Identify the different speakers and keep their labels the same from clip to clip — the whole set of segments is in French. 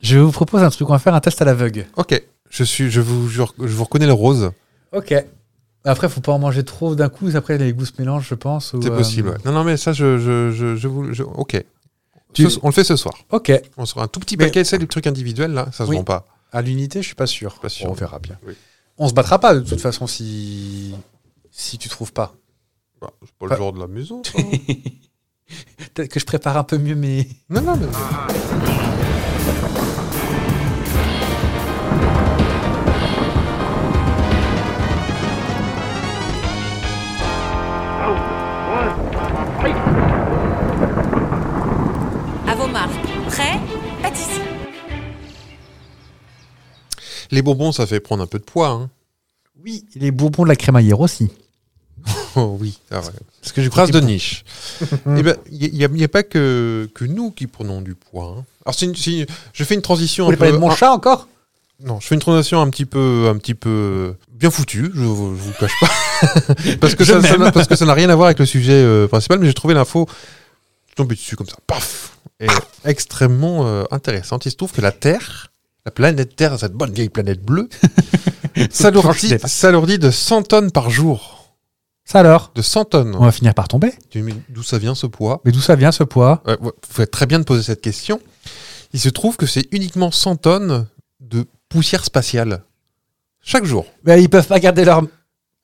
Speaker 1: Je vous propose un truc, on va faire un test à l'aveugle.
Speaker 2: Ok, je, suis, je, vous, jure- je vous reconnais le rose.
Speaker 1: Ok. Après, faut pas en manger trop d'un coup, après les goûts se mélangent, je pense. ou,
Speaker 2: C'est
Speaker 1: euh,
Speaker 2: possible. ouais. Non, non, mais ça, je, je, je, je vous. je- ok.
Speaker 1: Tu-
Speaker 2: Ce- on le fait ce soir.
Speaker 1: Ok.
Speaker 2: On sera un tout petit
Speaker 1: Mais-
Speaker 2: paquet, c'est du truc individuel là, ça se
Speaker 1: Oui.
Speaker 2: vend pas.
Speaker 1: À l'unité, je suis pas sûr.
Speaker 2: Pas sûr.
Speaker 1: On verra bien.
Speaker 2: Oui.
Speaker 1: On se battra pas de toute façon si si tu trouves pas.
Speaker 2: Bah, c'est pas le
Speaker 1: Pas-
Speaker 2: genre de la maison. ça.
Speaker 1: Peut-être que je prépare un peu mieux mes.
Speaker 2: non, non, mais.
Speaker 3: À vos marques. Prêt Pâtisserie.
Speaker 2: Les bonbons, ça fait prendre un peu de poids. Hein.
Speaker 1: Oui, les bourbons de la crémaillère aussi.
Speaker 2: Oh oui, ah ouais.
Speaker 1: Parce que j'ai
Speaker 2: Phrase
Speaker 1: croisé
Speaker 2: de niche. Il n'y a, y a pas que, que nous qui prenons du poids. hein. Alors, c'est une- c'est une- je fais une transition.
Speaker 1: Vous voulez
Speaker 2: un
Speaker 1: parler
Speaker 2: peu-
Speaker 1: de mon
Speaker 2: ah,
Speaker 1: chat encore
Speaker 2: non, je fais une transition un petit peu, un petit peu bien foutue. Je, vous- je vous cache pas, parce que
Speaker 1: Je
Speaker 2: ça, ça
Speaker 1: m'aime.
Speaker 2: n'a- parce que ça n'a rien à voir avec le sujet euh, principal, mais j'ai trouvé l'info je suis tombé dessus comme ça, paf, et extrêmement euh, intéressante. Il se trouve que la Terre, la planète Terre, cette bonne vieille planète bleue, s'alourdit
Speaker 1: Franchement,
Speaker 2: s'alourdit de 100 tonnes par jour,
Speaker 1: Ça alors
Speaker 2: de 100 tonnes.
Speaker 1: On va finir par tomber.
Speaker 2: Tu me dis, D'où ça vient ce poids
Speaker 1: Mais d'où ça vient ce poids
Speaker 2: Ouais, ouais, Vous faites très bien de poser cette question. Il se trouve que c'est uniquement 100 tonnes de poussière spatiale chaque jour.
Speaker 1: Bah, Ils peuvent pas garder leur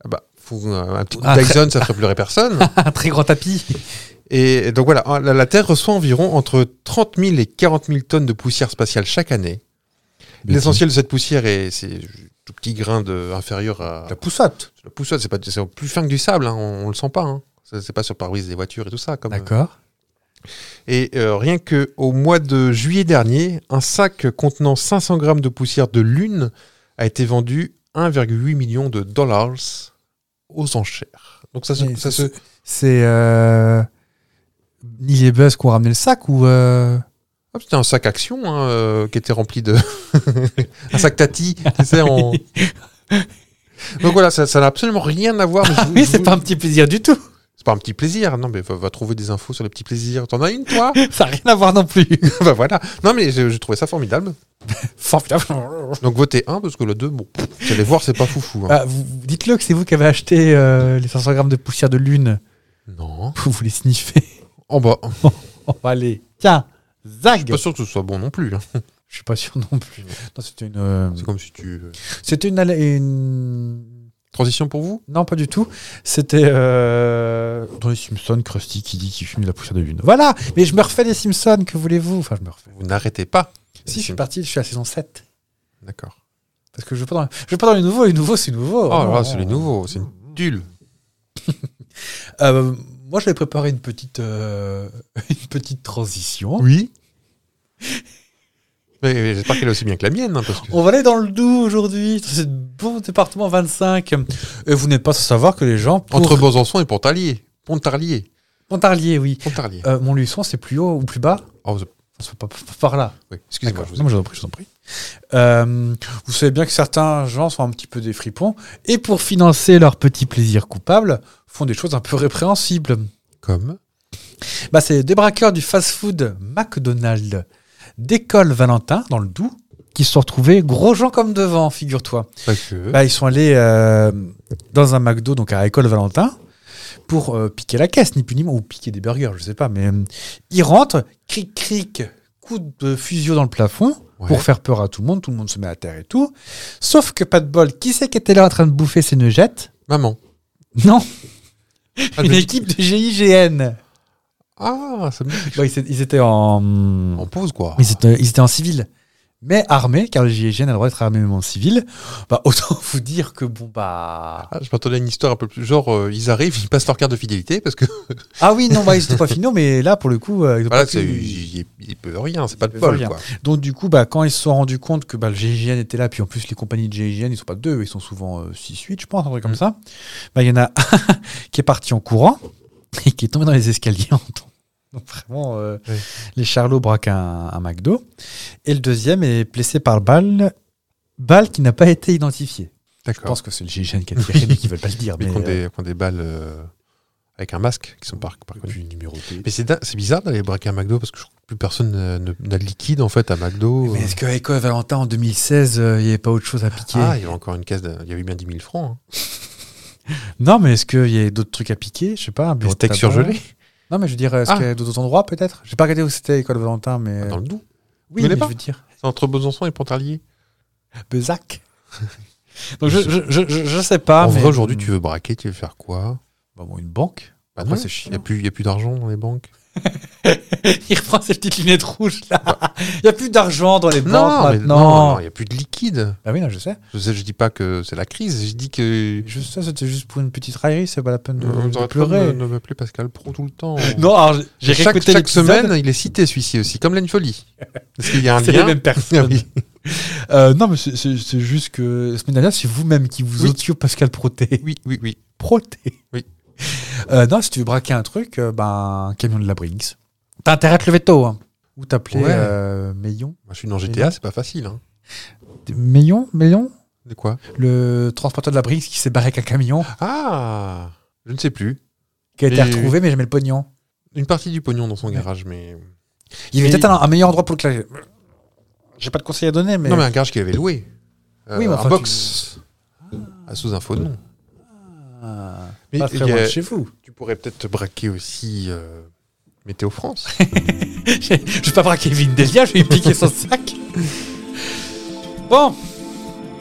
Speaker 2: Ah bah, faut, euh, un petit coup
Speaker 1: Ah,
Speaker 2: de Dyson, ça ferait pleurer personne.
Speaker 1: un très grand tapis.
Speaker 2: Et donc voilà, hein, la la Terre reçoit environ entre 30 000 et 40 000 tonnes de poussière spatiale chaque année. L'essentiel de cette poussière est c'est tout petit grain de, inférieur à
Speaker 1: La poussotte.
Speaker 2: la poussotte. C'est pas c'est plus fin que du sable, hein, on, on le sent pas. hein. Ça, C'est pas sur le pare-brise des voitures et tout ça. Comme,
Speaker 1: D'accord.
Speaker 2: Et euh, rien que au mois de juillet dernier, un sac contenant 500 grammes de poussière de lune a été vendu 1,8 million de dollars aux enchères. Donc ça, se-
Speaker 1: Mais
Speaker 2: ça se,
Speaker 1: c'est- C'est euh... Neil et Buzz qui ont ramené le sac ou. euh,
Speaker 2: Hop, Ah, c'était un sac action hein, euh, qui était rempli de. un sac tati, tu sais, en- Donc voilà, ça ça n'a absolument rien à voir. mais je vous-
Speaker 1: Ah Oui,
Speaker 2: je
Speaker 1: c'est
Speaker 2: vous-
Speaker 1: pas un petit plaisir du tout.
Speaker 2: c'est pas un petit plaisir. Non, mais va, va trouver des infos sur les petits plaisirs. T'en as une, toi
Speaker 1: Ça n'a rien à voir non plus.
Speaker 2: Bah voilà. Non, mais je, je trouvais ça formidable.
Speaker 1: Formidable.
Speaker 2: Donc votez un, parce que le 2, bon, pff, vous allez voir, c'est pas foufou. hein.
Speaker 1: Ah, vous- vous Dites-le que c'est vous qui avez acheté euh, les 500 grammes de poussière de lune.
Speaker 2: Non.
Speaker 1: Vous voulez sniffer.
Speaker 2: En bas.
Speaker 1: On va aller. Tiens, zag
Speaker 2: Pas sûr que ce soit bon non plus. hein.
Speaker 1: Je suis pas sûr non plus. Non, C'était une, euh,
Speaker 2: C'est comme si tu. euh,
Speaker 1: c'était une, allée- une-
Speaker 2: Transition pour vous
Speaker 1: Non, pas du tout. C'était euh... dans les Simpsons, Krusty qui dit qu'il fume de la poussière de lune. Voilà Mais je me refais les Simpsons, que voulez-vous Enfin, je me refais.
Speaker 2: Vous n'arrêtez pas.
Speaker 1: Si, je suis parti, je suis à la saison 7.
Speaker 2: D'accord.
Speaker 1: Parce que je veux pas dans, je veux pas dans les nouveaux, les nouveaux, c'est nouveau.
Speaker 2: Oh, là là, c'est les nouveaux. C'est une tuile.
Speaker 1: Euh, moi, j'avais préparé une petite, euh, une petite transition.
Speaker 2: Oui. Mais, mais j'espère qu'elle est aussi bien que la mienne. hein, parce que...
Speaker 1: On va aller dans le Doubs aujourd'hui, dans ce bon département 25. Et vous n'êtes pas sans savoir que les gens. pour-
Speaker 2: Entre Besançon et Pontarlier. Pontarlier.
Speaker 1: Pontarlier, oui.
Speaker 2: Pontarlier.
Speaker 1: Euh, Montluçon, c'est plus haut ou plus bas
Speaker 2: Oh, vous-
Speaker 1: Enfin, c'est pas, pas- pas par là.
Speaker 2: oui, Excusez-moi, je vous ai-
Speaker 1: Non, mais je vous en prie, je vous en prie. Euh, vous savez bien que certains gens sont un petit peu des fripons et pour financer leurs petits plaisirs coupables, font des choses un peu répréhensibles.
Speaker 2: Comme
Speaker 1: Bah, c'est des braqueurs du fast-food McDonald's d'école Valentin, dans le Doubs, qui se sont retrouvés gros gens comme devant, figure-toi.
Speaker 2: Parce que.
Speaker 1: Bah, ils sont allés euh, dans un McDo, donc à École Valentin, pour euh, piquer la caisse, ni plus ni moins, ou piquer des burgers, je sais pas. Mais euh, ils rentrent, cric cric, coup de fusil dans le plafond,
Speaker 2: Ouais.
Speaker 1: pour faire peur à tout le monde. Tout le monde se met à terre et tout. Sauf que pas de bol, qui c'est qui était là en train de bouffer ses neugettes
Speaker 2: Maman.
Speaker 1: Non,
Speaker 2: Ah,
Speaker 1: une
Speaker 2: le-
Speaker 1: équipe de GIGN.
Speaker 2: Ah, ça me dit quelque
Speaker 1: Bon, ils, étaient- ils étaient en.
Speaker 2: chose. On pose quoi
Speaker 1: Ils étaient, ils étaient en civil, mais armés, car le GIGN a le droit d'être armé même en civil. Bah, autant vous dire que bon, bah.
Speaker 2: Ah, je m'attendais à une histoire un peu plus. Genre, euh, ils arrivent, ils passent leur carte de fidélité parce que
Speaker 1: Ah oui, non, bah, ils étaient pas finaux, mais là, pour le coup. euh, ils ont
Speaker 2: voilà,
Speaker 1: pas
Speaker 2: c'est-
Speaker 1: pu-
Speaker 2: ils ils- ils peuvent rien, c'est pas de
Speaker 1: Ils peuvent
Speaker 2: bol
Speaker 1: rien.
Speaker 2: quoi.
Speaker 1: Donc, du coup, bah, quand ils se sont rendus compte que bah, le GIGN était là, puis en plus, les compagnies de GIGN, ils sont pas deux, ils sont souvent 6-8, je pense, un truc comme
Speaker 2: Mm.
Speaker 1: ça. Bah, Il y en a un qui est parti en courant et qui est tombé dans les escaliers en tombant. Donc, vraiment, euh,
Speaker 2: Oui.
Speaker 1: les charlots braquent un, un McDo. Et le deuxième est blessé par balle, balle qui n'a pas été identifiée. Je
Speaker 2: D'accord.
Speaker 1: pense que c'est le GIGN qui a tiré, mais qui veulent pas le dire.
Speaker 2: Mais
Speaker 1: mais,
Speaker 2: qu'on
Speaker 1: euh,
Speaker 2: des, qu'on des balles euh, avec un masque, qui sont pas, pas connus.
Speaker 4: Puis numéroté.
Speaker 2: Mais c'est, da- c'est bizarre d'aller braquer un McDo parce que je trouve que plus personne n'a- ne- n'a de liquide en fait à McDo. euh.
Speaker 1: Mais est-ce qu'à École Valentin en 2016, euh, il n'y avait pas autre chose à piquer
Speaker 2: Ah, il y avait encore une caisse, de- il y avait bien 10 000 francs. hein.
Speaker 1: Non, mais est-ce qu'il y avait d'autres trucs à piquer Je sais pas. un
Speaker 2: Des
Speaker 1: bureau de
Speaker 2: steaks
Speaker 1: tabac
Speaker 2: surgelés
Speaker 1: Non, mais je veux dire, est-ce
Speaker 2: Ah.
Speaker 1: qu'il y a d'autres endroits peut-être J'ai pas regardé où c'était École Valentin, mais.
Speaker 2: dans le Doubs.
Speaker 1: oui,
Speaker 2: connais
Speaker 1: mais
Speaker 2: pas
Speaker 1: je veux dire.
Speaker 2: C'est entre Besançon et Pontarlier.
Speaker 1: Bezac. Donc je, je, je, je- je sais pas.
Speaker 2: en
Speaker 1: Ah, mais... hmm.
Speaker 2: vrai, aujourd'hui, tu veux braquer, tu veux faire quoi
Speaker 1: Bah, bon, une banque.
Speaker 2: Bah
Speaker 1: Après,
Speaker 2: non,
Speaker 1: c'est
Speaker 2: il
Speaker 1: chiant.
Speaker 2: n'y a plus, il y a plus d'argent dans les banques.
Speaker 1: Il reprend ses petites lunettes rouges là. Il n'y a plus d'argent dans les banques
Speaker 2: Bah. mais
Speaker 1: maintenant.
Speaker 2: non, il n'y a plus de liquide.
Speaker 1: Ah oui, non, je sais.
Speaker 2: Je ne dis pas que c'est la crise, je dis que...
Speaker 1: Je- ça, c'était juste pour une petite raillerie, c'est pas la peine de,
Speaker 2: Euh, On
Speaker 1: de
Speaker 2: arrête pas
Speaker 1: pleurer.
Speaker 2: de ne m'appeler Pascal Pro tout le temps.
Speaker 1: Non, alors j'ai
Speaker 2: chaque,
Speaker 1: réécouté
Speaker 2: chaque
Speaker 1: l'épisode.
Speaker 2: semaine, il est cité celui-ci aussi, comme Laine Folie. Parce qu'il y a un
Speaker 1: C'est les
Speaker 2: lien.
Speaker 1: mêmes
Speaker 2: Ah
Speaker 1: personnes.
Speaker 2: oui.
Speaker 1: Euh, non, mais c'est- c'est c'est juste que la semaine dernière, c'est vous-même qui vous
Speaker 2: Oui.
Speaker 1: ôtiez Pascal Proté.
Speaker 2: oui, oui, oui.
Speaker 1: Proté.
Speaker 2: Oui.
Speaker 1: Euh, non, si tu veux braquer un truc, euh, ben, un camion de la Brinks. T'as intérêt à te lever tôt. Hein. Ou t'appeler
Speaker 2: Ouais.
Speaker 1: euh, Meillon.
Speaker 2: Moi, je suis dans GTA, c'est pas facile. Hein.
Speaker 1: Meillon Meillon
Speaker 2: De quoi
Speaker 1: Le transporteur de la Brinks qui s'est barré avec un camion,
Speaker 2: Ah Je ne sais plus.
Speaker 1: qui a été
Speaker 2: Et-
Speaker 1: retrouvé, mais jamais le pognon.
Speaker 2: Une partie du pognon dans son
Speaker 1: Ouais.
Speaker 2: garage, mais...
Speaker 1: Il y
Speaker 2: Et-
Speaker 1: avait peut-être un, un meilleur endroit pour le clavier. J'ai pas de conseil à donner, mais.
Speaker 2: Non, mais un garage qu'il avait loué. Euh,
Speaker 1: Oui, mais enfin,
Speaker 2: un box. Ah, Sous un faux nom.
Speaker 1: Ah,
Speaker 2: Mais
Speaker 1: pas très
Speaker 2: il y
Speaker 1: loin
Speaker 2: a-
Speaker 1: de chez vous.
Speaker 2: Tu pourrais peut-être te braquer aussi euh, Météo France.
Speaker 1: je vais pas braquer Kevin Delia, je vais lui piquer son sac. Bon,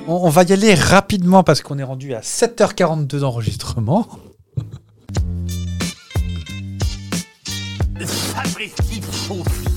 Speaker 1: on, on va y aller rapidement parce qu'on est rendu à 7h42 d'enregistrement.
Speaker 5: Sapristi, faux fils.